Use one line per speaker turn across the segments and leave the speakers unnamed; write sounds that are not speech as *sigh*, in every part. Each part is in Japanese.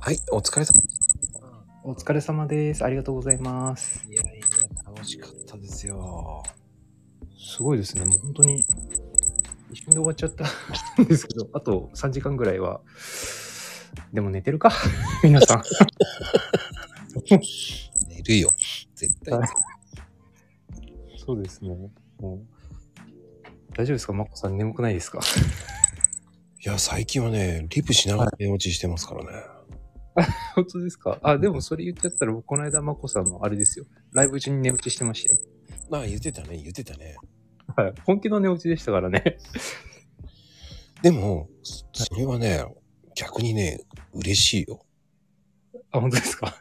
はい、お疲れ様でし
お疲れ様です。ありがとうございます。
た。いやいや、楽しかったですよ。
すごいですね。もう本当に、一瞬で終わっちゃった *laughs* んですけど、あと3時間ぐらいは、でも寝てる *laughs* か皆さん。
寝るよ。絶対。
はいそうですね。もう大丈夫ですかマッコさん眠くないですか
いや、最近はね、リプしながら寝落ちしてますからね。
*laughs* 本当ですかあ、でもそれ言っちゃったら、僕この間マッコさんのあれですよ。ライブ中に寝落ちしてましたよ。
まあ、言ってたね、言ってたね。
はい。本気の寝落ちでしたからね。
でも、そそれはね、逆にね、嬉しいよ。
*laughs* あ、本当ですか
あ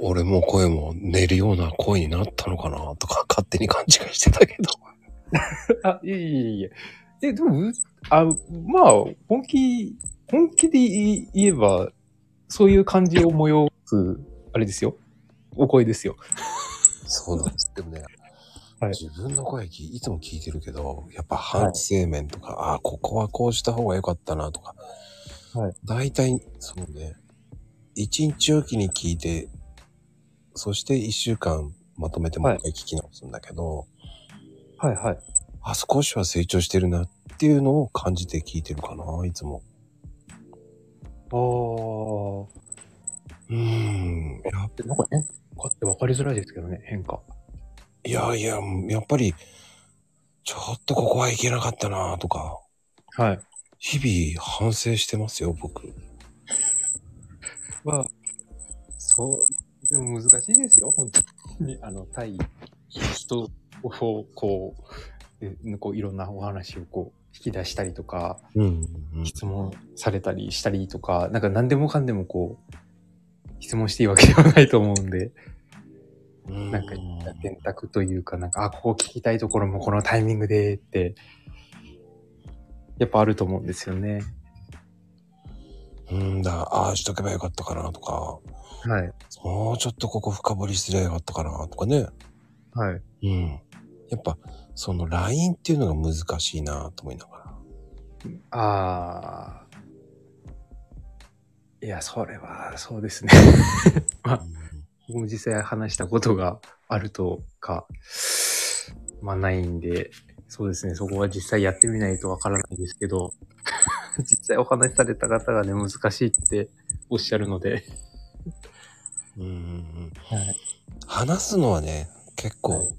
俺も声も寝るような声になったのかなとか勝手に勘違いしてたけど。
あ、いえいえいえ。え、でも、うあ、まあ、本気、本気でい言えば、そういう感じを催す、あれですよ。お声ですよ。
そうなんです。でもね、
はい
自分の声きいつも聞いてるけど、やっぱ反省面とか、ああ、ここはこうした方が良かったなとか、
はい
大体、そうね、一日おきに聞いて、そして一週間まとめてもう一回聞き直すんだけど、
はいはい。
あ、少しは成長してるなっていうのを感じて聞いてるかな、いつも。
あ
うーん、やっ
あ。で、なんか変化って分かりづらいですけどね、変化。
いやいや、やっぱり、ちょっとここはいけなかったなとか、
はい。
日々反省してますよ、僕。
まあ、そう、でも難しいですよ、本当に。あの、対人をこう、でこういろんなお話をこう、引き出したりとか、
うん、
質問されたりしたりとか、なんか何でもかんでもこう、質問していいわけではないと思うんで、
うん。
なんか選択というか、なんか、あ、ここ聞きたいところもこのタイミングでって、やっぱあると思うんですよね。
うんだ、ああしとけばよかったかなとか、
はい。
もうちょっとここ深掘りすればよかったかなとかね。
はい。
うん。やっぱ、そのラインっていうのが難しいなと思いながら。
あー。いや、それは、そうですね。あ
う
僕も実際話したことがあるとか、まあないんで、そうですね、そこは実際やってみないとわからないですけど、 *laughs* 実際お話しされた方がね、難しいっておっしゃるので。
んうんうん
はい。
話すのはね、結
は
構、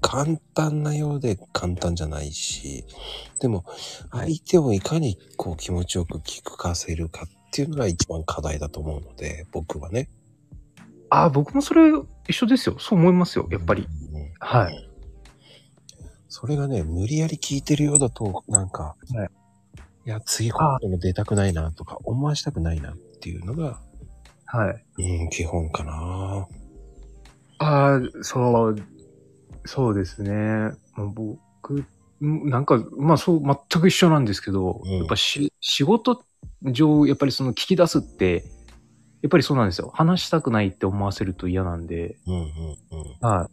簡単なようで簡単じゃないし、でも、
はい
相手をいかにこう気持ちよく聞かせるかっていうのが一番課題だと思うので、僕はね。
ああ、僕もそれ一緒ですよ。そう思いますよ、やっぱり。
うんうん
はい。
それがね、無理やり聞いてるようだと、なんか、、
はい
や、次こういうの出たくないなとか、思わしたくないなっていうのが、
はい。
うん、基本かな。
ああ、そう、そうですね。もう僕、んなんか、まあそう、全く一緒なんですけど、
うん
やっぱし仕事上、やっぱりその聞き出すって、やっぱりそうなんですよ。話したくないって思わせると嫌なんで、
うんうんうん。
や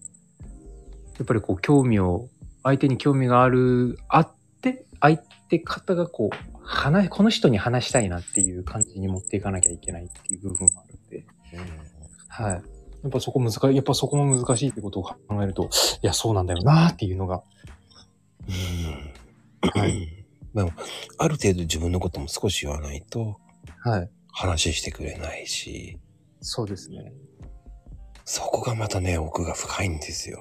っぱりこう、興味を、相手に興味がある、あって、相手方がこう、話、この人に話したいなっていう感じに持っていかなきゃいけないっていう部分もあるんで。はい。やっぱそこ難しい、やっぱそこも難しいってことを考えると、いや、そうなんだよなっていうのが。
うん。はい。でも、ある程度自分のことも少し言わないと、
はい。
話してくれないし、
そうですね。
そこがまたね、奥が深いんですよ。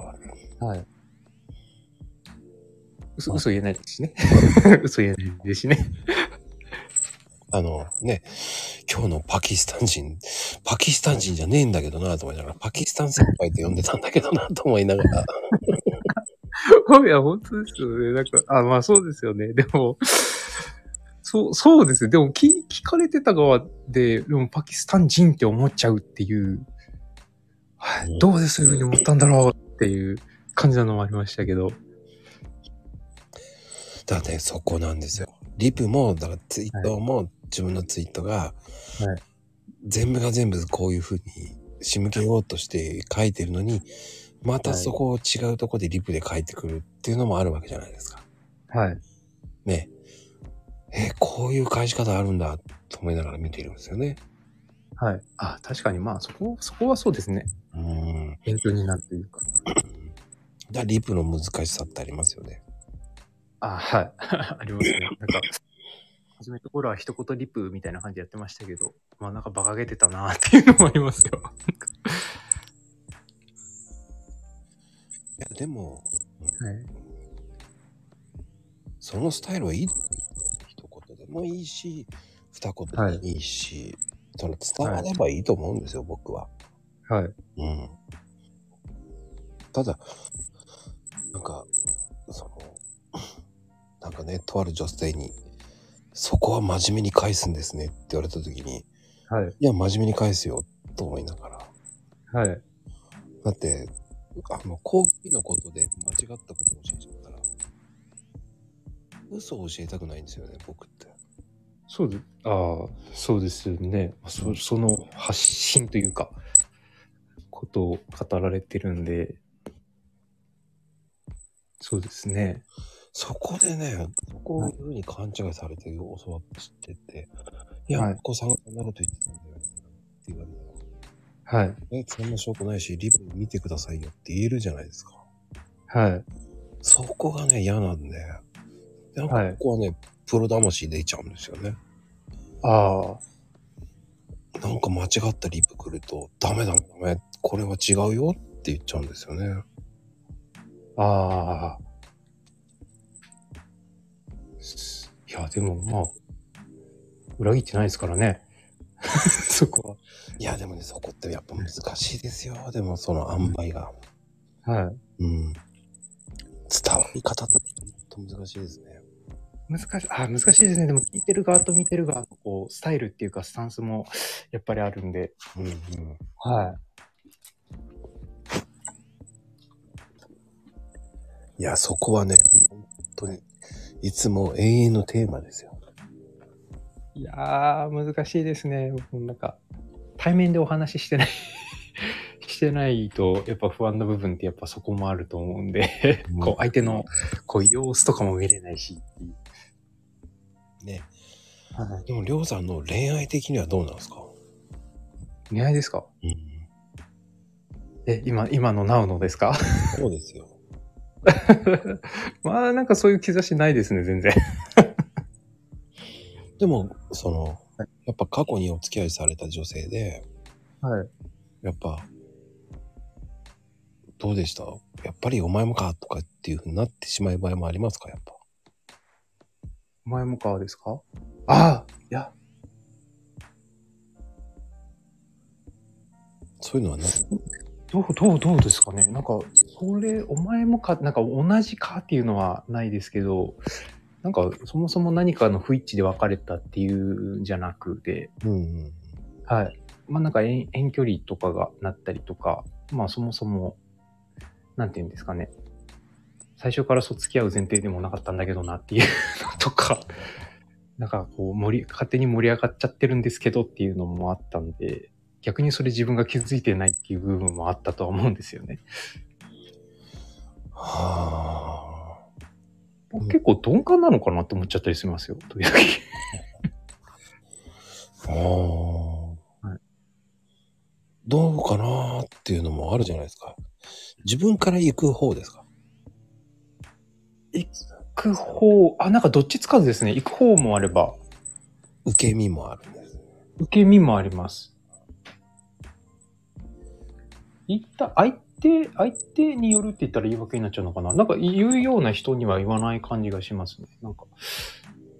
はい。嘘、
まあ
嘘言えないですしね。 *laughs* 嘘言えないですしね。
あのね、今日のパキスタン人、パキスタン人じゃねえんだけどなと思いながら、パキスタン先輩って呼んでたんだけどなと思いながら、
*laughs* いや、本当ですよね。なんか、あ、まあそうですよね。でも、そう、そうですよ。でも聞、聞かれてた側で、でもパキスタン人って思っちゃうっていう、はい、どうでそういうふうに思ったんだろうっていう感じなのもありましたけど。
だってそこなんですよ。リプも、だからツイートも、自分のツイートが、
はい
全部が全部こういうふうに仕向けようとして書いてるのに、またそこを違うとこでリプで書いてくるっていうのもあるわけじゃないですか。
はい。
ね。え、こういう返し方あるんだと思いながら見ているんですよね。
はい。あ、確かに、まあ、そこ、そこはそうですね。
うん。だか
勉強になるというか。
らリプの難しさってありますよね。
あ、はい。 *laughs* ありますね。なんか、初めの頃は一言リプみたいな感じでやってましたけど、まあ、なんか馬鹿げてたなっていうのもありますよ。
いや、でも、
はい。
そのスタイルはいい。一言でもいいし、二言でもいいし、その伝わればいいと思うんですよ、僕は。
はい。
うん。ただ、なんか、その、なんかね、とある女性に、そこは真面目に返すんですねって言われた時に、い
はい。
や、真面目に返すよ、と思いながら。
はい。
だって、あの、講義のことで間違ったことを教えちゃったら、嘘を教えたくないんですよね、僕って。
そうで、ああ、そうですよね。まあそその発信というか、ことを語られてるんで、そうですね。
そこでね、こういうふうに勘違いされて教わってって、いや、
は
お
い
子さんがそんなこと言ってたんだよね、って言われたら。
はい。
え、そんな証拠ないし、リプ見てくださいよって言えるじゃないですか。
はい。
そこがね、嫌なんで。なん
は
か
い
ここはね、プロ魂出ちゃうんですよね。
ああ、
なんか間違ったリプ来ると、ダメダメダメ、これは違うよって言っちゃうんですよね。
ああ。すいや、でもまあ、裏切ってないですからね。 *laughs* そこ
いや、でもね、そこってやっぱ難しいですよ。でもその塩梅が。
は。はい。
うん。伝わり方って本当難しいですね。
難しい、あー難しいですね。でも聞いてる側と見てる側のこう、スタイルっていうかスタンスもやっぱりあるんで。
うんうん。
はい
や、そこはね、本当に、いつも永遠のテーマですよ。
い。いやー、難しいですね。僕もなんか、対面でお話ししてない。 *laughs* してないと、やっぱ不安な部分ってやっぱそこもあると思うんで、
うん
こう相手のこう様子とかも見れないしっていう。
ね。
はい
でも、りょうさんの恋愛的にはどうなんですか
恋愛ですか
うん。
え、今、今のなおのですか *laughs*
そうですよ。
まあ、なんかそういう兆しないですね、全然。
でも、その、やっぱ過去にお付き合いされた女性で、
はい。
やっぱ、どうでしたやっぱりお前もかとかっていうふうになってしまう場合もありますかやっぱ。
前もかですかああいや、
そういうのはね、
どう、どう、どうですかね。なんか、それ、お前もか、なんか同じかっていうのはないですけど、なんか、そもそも何かの不一致で別れたっていうんじゃなくて、
うんうん。
はい。まあなんか遠遠距離とかがなったりとか、まあそもそも、なんていうんですかね。最初からそう付き合う前提でもなかったんだけどなっていうのとか、 *laughs* なんかこう盛り、勝手に盛り上がっちゃってるんですけどっていうのもあったんで、逆にそれ自分が気づいてないっていう部分もあったとは思うんですよね。
はあ。
僕結構鈍感なのかなって思っちゃったりしますよ、時々。
ああ。どうかなーっていうのもあるじゃないですか。自分から行く方ですか
行く方、あ、なんかどっちつかずですね。行く方もあれば、
受け身もあるんです。
受け身もあります。言った、相手、相手によるって言ったら言い訳になっちゃうのかななんか言うような人には言わない感じがしますね。なんか、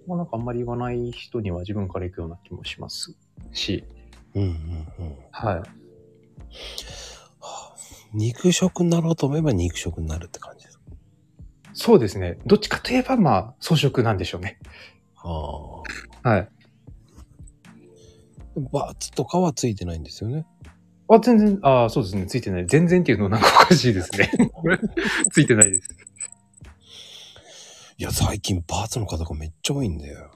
まあなんかあんまり言わない人には自分から行くような気もしますし、
うんうんうん。
はい。
はあ肉食になろうと思えば肉食になるって感じです。
そうですね。どっちかといえばまあ、装飾なんでしょうね。
はあ。
はい。
バツとかはついてないんですよね。
あ、全然、あそうですね。ついてない。全然っていうのなんかおかしいですね。 *laughs* ついてないです。
いや、最近バツの方がめっちゃ多いんだよ。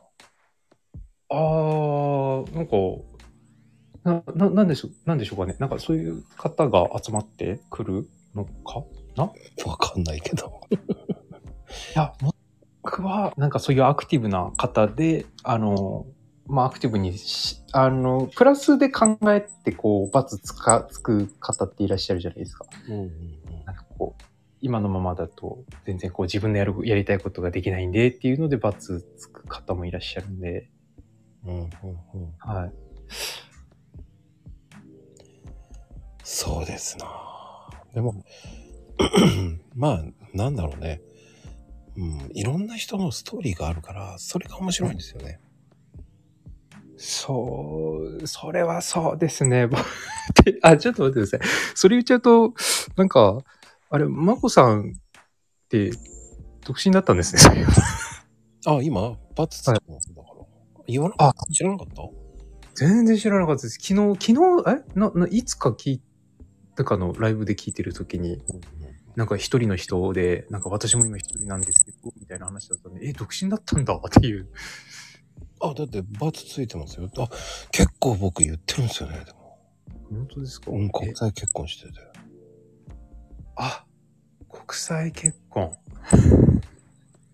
あー、なんか、な、な、なんでしょう、なんでしょうかね。なんかそういう方が集まってくるのか
わかんないけど。
いや、僕は、なんかそういうアクティブな方で、あの、まあ、アクティブにし、あの、プラスで考えて、こう、罰つか、つく方っていらっしゃるじゃないですか。
うんうん
なんかこう、今のままだと、全然こう、自分のやる、やりたいことができないんで、っていうので、罰つく方もいらっしゃるんで、
うんうんうんうん
はい。
そうですなでも *clears throat* まあなんだろうねうんいろんな人のストーリーがあるからそれが面白いんですよね、
そう、それはそうですね。 *laughs* ぼてあ、ちょっと待ってください。それ言っちゃうと、なんか、あれ、まこさんって、独身だったんですね。 *laughs*
あ今バツつくの、だから言わなかった知らなかった
全然知らなかったです。昨日、昨日、えな、な、いつか聞いたかのライブで聞いてる時に、なんか一人の人で、なんか私も今一人なんですけど、みたいな話だったんで、え、独身だったんだっていう。
あだってバツついてますよあ結構僕言ってるんですよねでも
本当ですか
うん国
え
際結婚してて
あ、国際結婚。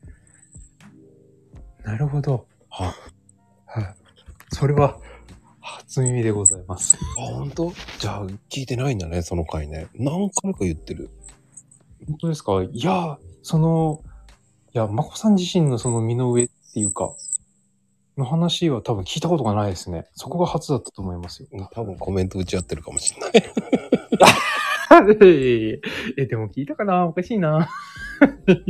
*laughs* なるほど。
はい
はい。それは、初耳でございます。
あ本当じゃあ聞いてないんだねその回ね何回か言ってる
本当ですかいや、その、いや、まこさん自身のその身の上っていうか、の話は多分聞いたことがないですね。そこが初だったと思いますよ。
多分コメント打ち合ってるかもしれない
*laughs* え、でも聞いたかなおかしいな。 *laughs*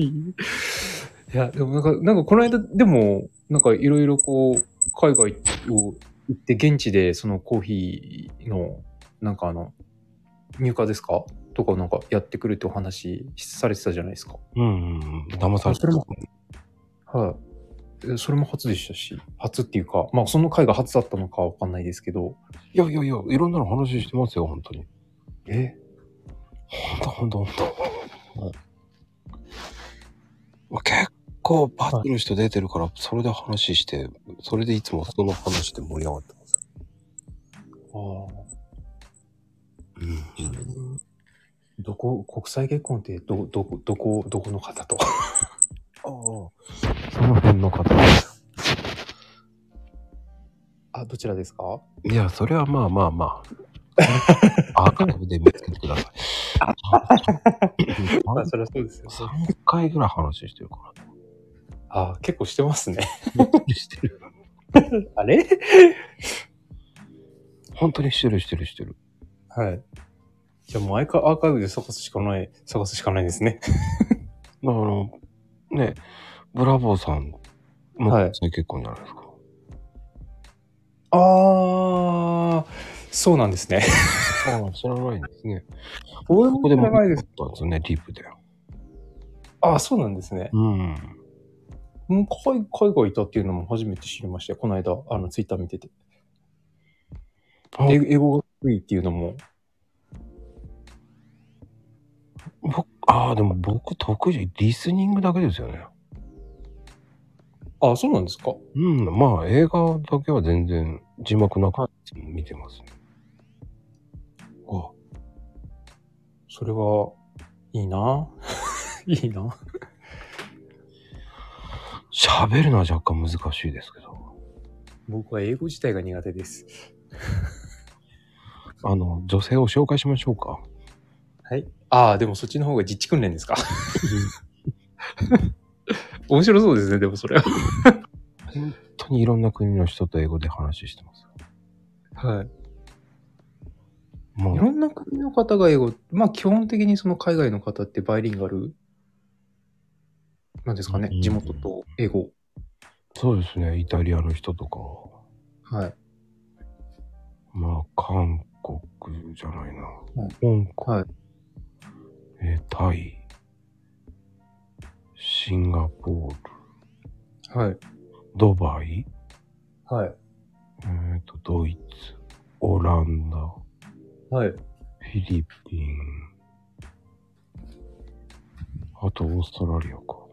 いや、でもなんか、なんかこの間、でも、なんかいろいろこう、海外を行って、現地でそのコーヒーの、なんかあの、入荷ですかとかをなんかやってくるってお話されてたじゃないですか。
うん、うん、騙されてる。
はい。えそれも初でしたし、初っていうか、まあその回が初だったのかわかんないですけど、
いやいやいや、いろんなの話してますよ、本当に。
え
本当本当本当。うん結構バッチの人出てるから、それで話して、それでいつもその話で盛り上がってます。
ああ。
うん。
どこ、国際結婚ってど、どこ、どこ、どこの方と。
ああ、その辺の方。
あ、どちらですか
いや、それはまあまあ *laughs* まあ。アーカイブで見つけてください。3
そりゃそうですよ
回ぐらい話してるか
あ、結構してますね。
ら。びっくりしてる。
*laughs* あれ
本当にしてるしてるしてる。
はい。じゃあもうアイカアーカイブで探すしかない、探すしかないですね。
だから、ね、ブラボーさんも
はい
国際結婚じゃないですか。
あー、そうなんですね。
ああ、知らないんですね。
俺
ここでも、
ないです。
たんですよね、リープで。
あ、そうなんですね。
うん。
うん海海外いたっていうのも初めて知りましたよこの間、あの、ツイッター見てて。
あ
英英語が得意っていうのも。
僕、ああ、でも僕得意じゃ、リスニングだけですよね。
あ、そうなんですか
うん、まあ映画だけは全然字幕なくても見てますね。
あ、それは、いいな。 *laughs* いいな。
喋るのは若干難しいですけど。
僕は英語自体が苦手です。
あの、女性を紹介しましょうか。
はい。ああ、でもそっちの方が実地訓練ですか。面白そうですね、でもそれは。
本当にいろんな国の人と英語で話してます。
はい。
も
いろんな国の方が英語、まあ基本的にその海外の方ってバイリンガル、なんですかね
う、ん
地元と英語。
う、そうですね、イタリアの人とか。
はい。
まあ、韓国じゃないな。
はい
香港、
はい
えータイ、シンガポール、
はい。
ドバイ、
はい。
えー、とドイツ、オランダ、
はい。
フィリピン、あとオーストラリアか。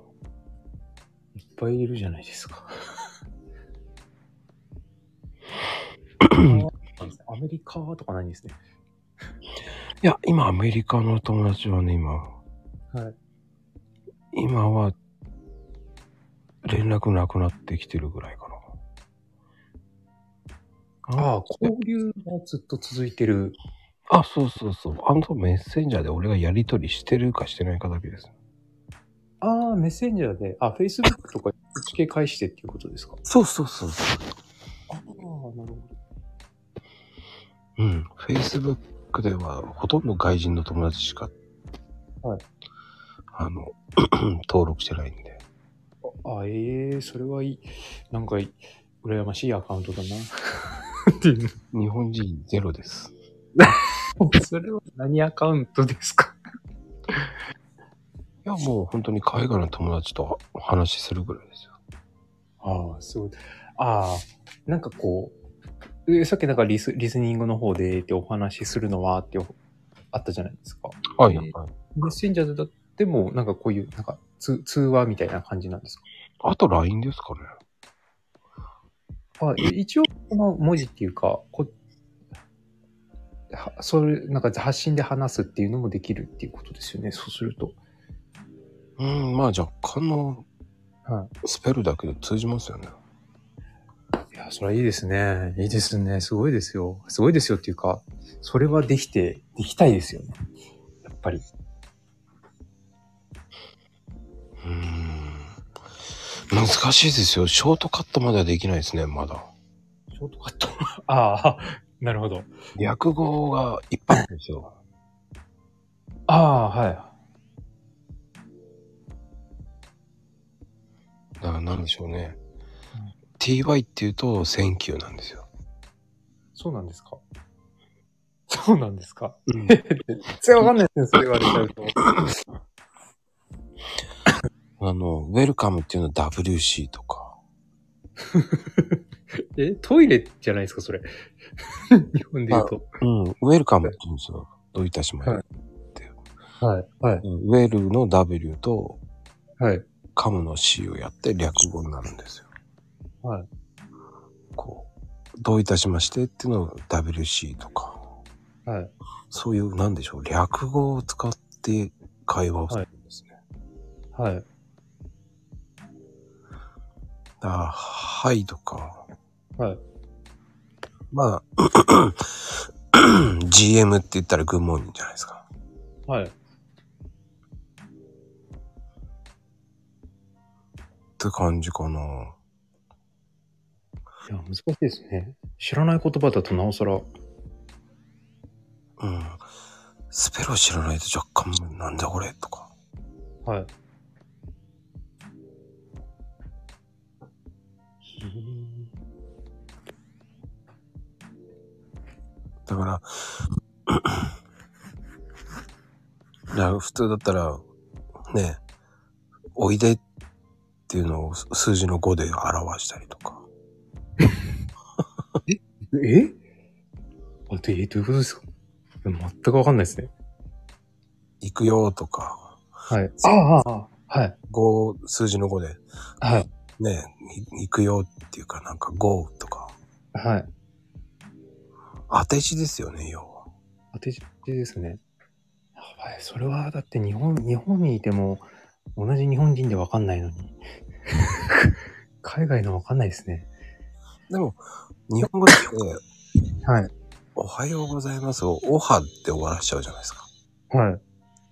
いっぱいいるじゃないですか。アメリカとかないんですね。
いや、今アメリカの友達はね、今、
はい。
今は、連絡なくなってきてるぐらいかな。
ああ、交流がずっと続いてる。
あ、そうそうそう。あのメッセンジャーで俺がやりとりしてるかしてないかだけです。
ああ、メッセンジャーで、あ、Facebook とか HK 返してっていうことですか
そうそうそうそ
ああ、なるほど。
う。うん。Facebook ではほとんど外人の友達しか、
はい。
あの、 *clears throat* 登録してないんで。
あ、ええそれはいい。なんか、羨ましいアカウントだな。っていう
日本人ゼロです。
*laughs* それは何アカウントですか
いや、もう本当に海外の友達とお話しするぐらいですよ。
ああ、そう。ああ、なんかこう、えさっきなんかリスリスニングの方でってお話しするのはっておあったじゃないですか。
はい。
えメッセンジャーだっても、なんかこういう、なんか通通話みたいな感じなんです
あと LINE ですかね。
かあえ一応、この文字っていうか、こはそれ、なんか発信で話すっていうのもできるっていうことですよね。そうすると。
うん、まあ若干の
は
スペルだけど通じますよね。
いや、それはいいですね。いいですね。すごいですよ。すごいですよっていうか、それはできて、できたいですよね。やっぱり。
うーん。難しいですよ。ショートカットまではできないですね、まだ。
ショートカット。 *laughs* ああ、なるほど。
略語がいっぱいあるんですよ。
ああ、はい。
だからなんでしょうね。ty っていうと、thank you なんですよ。
そうなんですかそうなんですか
うん、
全然わかんないですね、そう言われちゃうと。
あの、welcome っていうのは wc とか。
*laughs* え、トイレじゃないですか、それ。 *laughs* 日本で言うと。
うん、welcome って言うんですよ。どういたしまして。
ははい、はい、
うん well の w と、
はい。
come の c をやって略語になるんですよ。
はい。
こう、どういたしましてっていうのを wc とか。
はい。
そういう、なんでしょう、略語を使って会話をするんですね。
はい。
だから、はいとか、
はい。
まあ、GM って言ったらグッモーニングじゃないですか。
はい。
って感じかな。
いや、難しいですね。知らない言葉だとなおさら。
うん。スペルを知らないと若干、なんだこれとか。
はい。
だから、だから普通だったら、ね、おいでっていうのを数字の5で表したりとか。
えあでえどういうことですか全くわかんないですね。
行くよとか、
はい。ああ、ああはい。
5、数字の5で、
はい。
ね、い行くよっていうか、なんか5とか、
はい。
当て字ですよね、要は。
当て字ですね。やばい。それは、だって日本、日本にいても、同じ日本人でわかんないのに。 *laughs* 海外のわかんないですね。
でも、日本語って、 *laughs*
はい。
おはようございますを、おはって終わらしちゃうじゃないですか。
はい。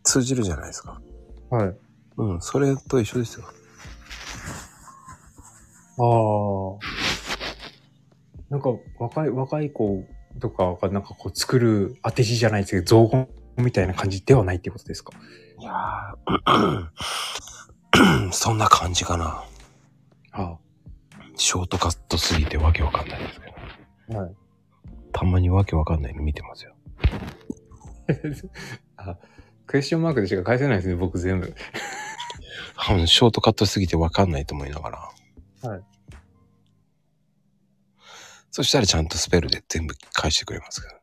通じるじゃないですか。
はい。
うん、それと一緒ですよ。
ああ。なんか、若い、若い子とかが、なんかこう、作る当て字じゃないですけど、造語みたいな感じではないっていうことですか
いやー *clears throat* そんな感じかな。
あ
ショートカットすぎてわけわかんないですけど。
あ。はい。
たまにわけわかんないの見てますよ。
あ、クエスチョンマークでしか返せないですね、僕全部。
あのショートカットすぎてわかんないと思いながら。
はい。
そしたらちゃんとスペルで全部返してくれますけどね。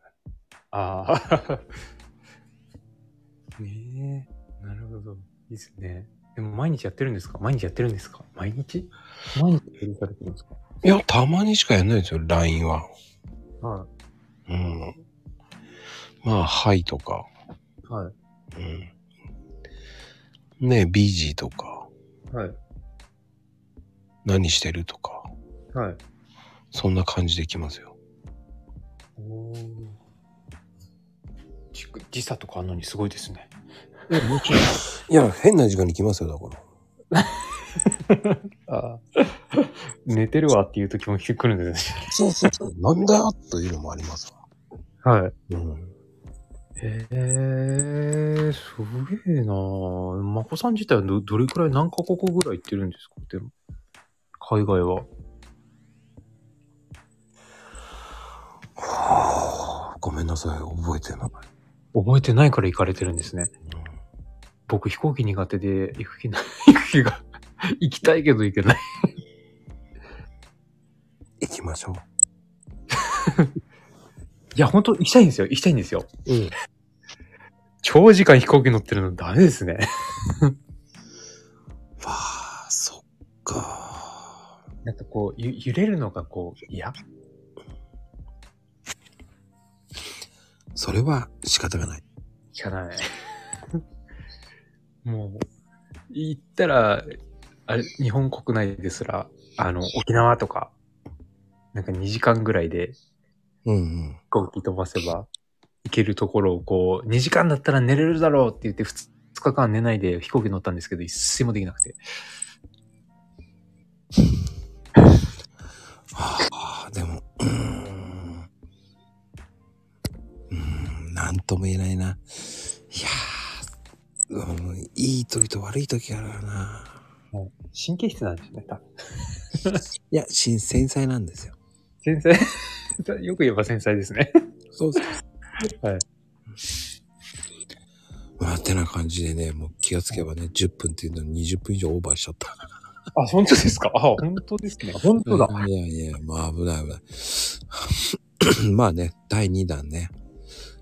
ああ。 *laughs* ねえ。なるほど。いいですね。でも毎日やってるんですか毎日やってるんですか毎日毎日やってるんですか
いや、たまにしかやんないですよ、LINE は。
は
うん。まあ、はいとか。
い。は
うん。ねえ、ビージーとか。
い。はい。
何してるとか、
はい。
そんな感じできますよ。
お時時差とかあんのにすごいですね。
いや、変な時間に来ますよ、だから。
あ *laughs* 寝てるわっていう時も来るんですね。
そうそうそう。 *laughs* なんだというのもありますわ。
はい。
うん。
へえー、すげえなぁ。まこさん自体はどどれくらい、何カ国ぐらい行ってるんですかでも海外は。
はあ、ごめんなさい、覚えてない。
覚えてないから行かれてるんですね。僕飛行機苦手で行く気ない、 *laughs* 行く気が、行きたいけど行けない。
行きましょ
いや、本当行きたいんですよ。行きたいんですよ。
う。うん。
長時間飛行機乗ってるのダメですね。
ああ、そっか。
なんかこう、ゆ揺れるのがこう、嫌
それは仕方がない。
聞かない。 *laughs* もう、行ったら、あれ、日本国内ですら、あの、沖縄とか、なんか2時間ぐらいで
うんうん。
飛行機飛ばせば、行けるところをこう、2時間だったら寝れるだろうって言って、2日間寝ないで飛行機乗ったんですけど、一睡もできなくて。
はあ、でも、うーん。うーん、なんとも言えないな。いやー、うん、いい時と悪い時があるからな。
神経質なんですね、多分。
いや、新繊細なんですよ。
繊細 *laughs* よく言えば繊細ですね。
そうです。
はい。
まあ、てな感じでね、もう気がつけばね、10分っていうのに20分以上オーバーしちゃった。
あ、本当ですかあ、本当ですね。本当だ。
いやいや、まあ危ない危ない。まあね、第2弾ね、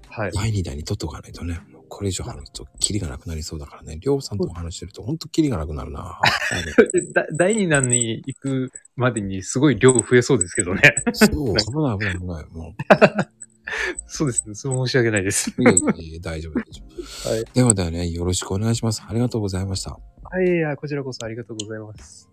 はい。
第2弾に取っとかないとね、もうこれ以上話すとキリがなくなりそうだからね、りょうさんとお話してるとほんとキリがなく
*laughs*
なるな。
で *laughs* だ第2弾に行くまでにすごい量増えそうですけどね。
そう、危ない危ない危ない。も
そうですね。そう申し訳ないです。
う、いやいやいや大丈夫大丈夫。
はい
ではではね、よろしくお願いします。ありがとうございました。
はい、いやこちらこそありがとうございます。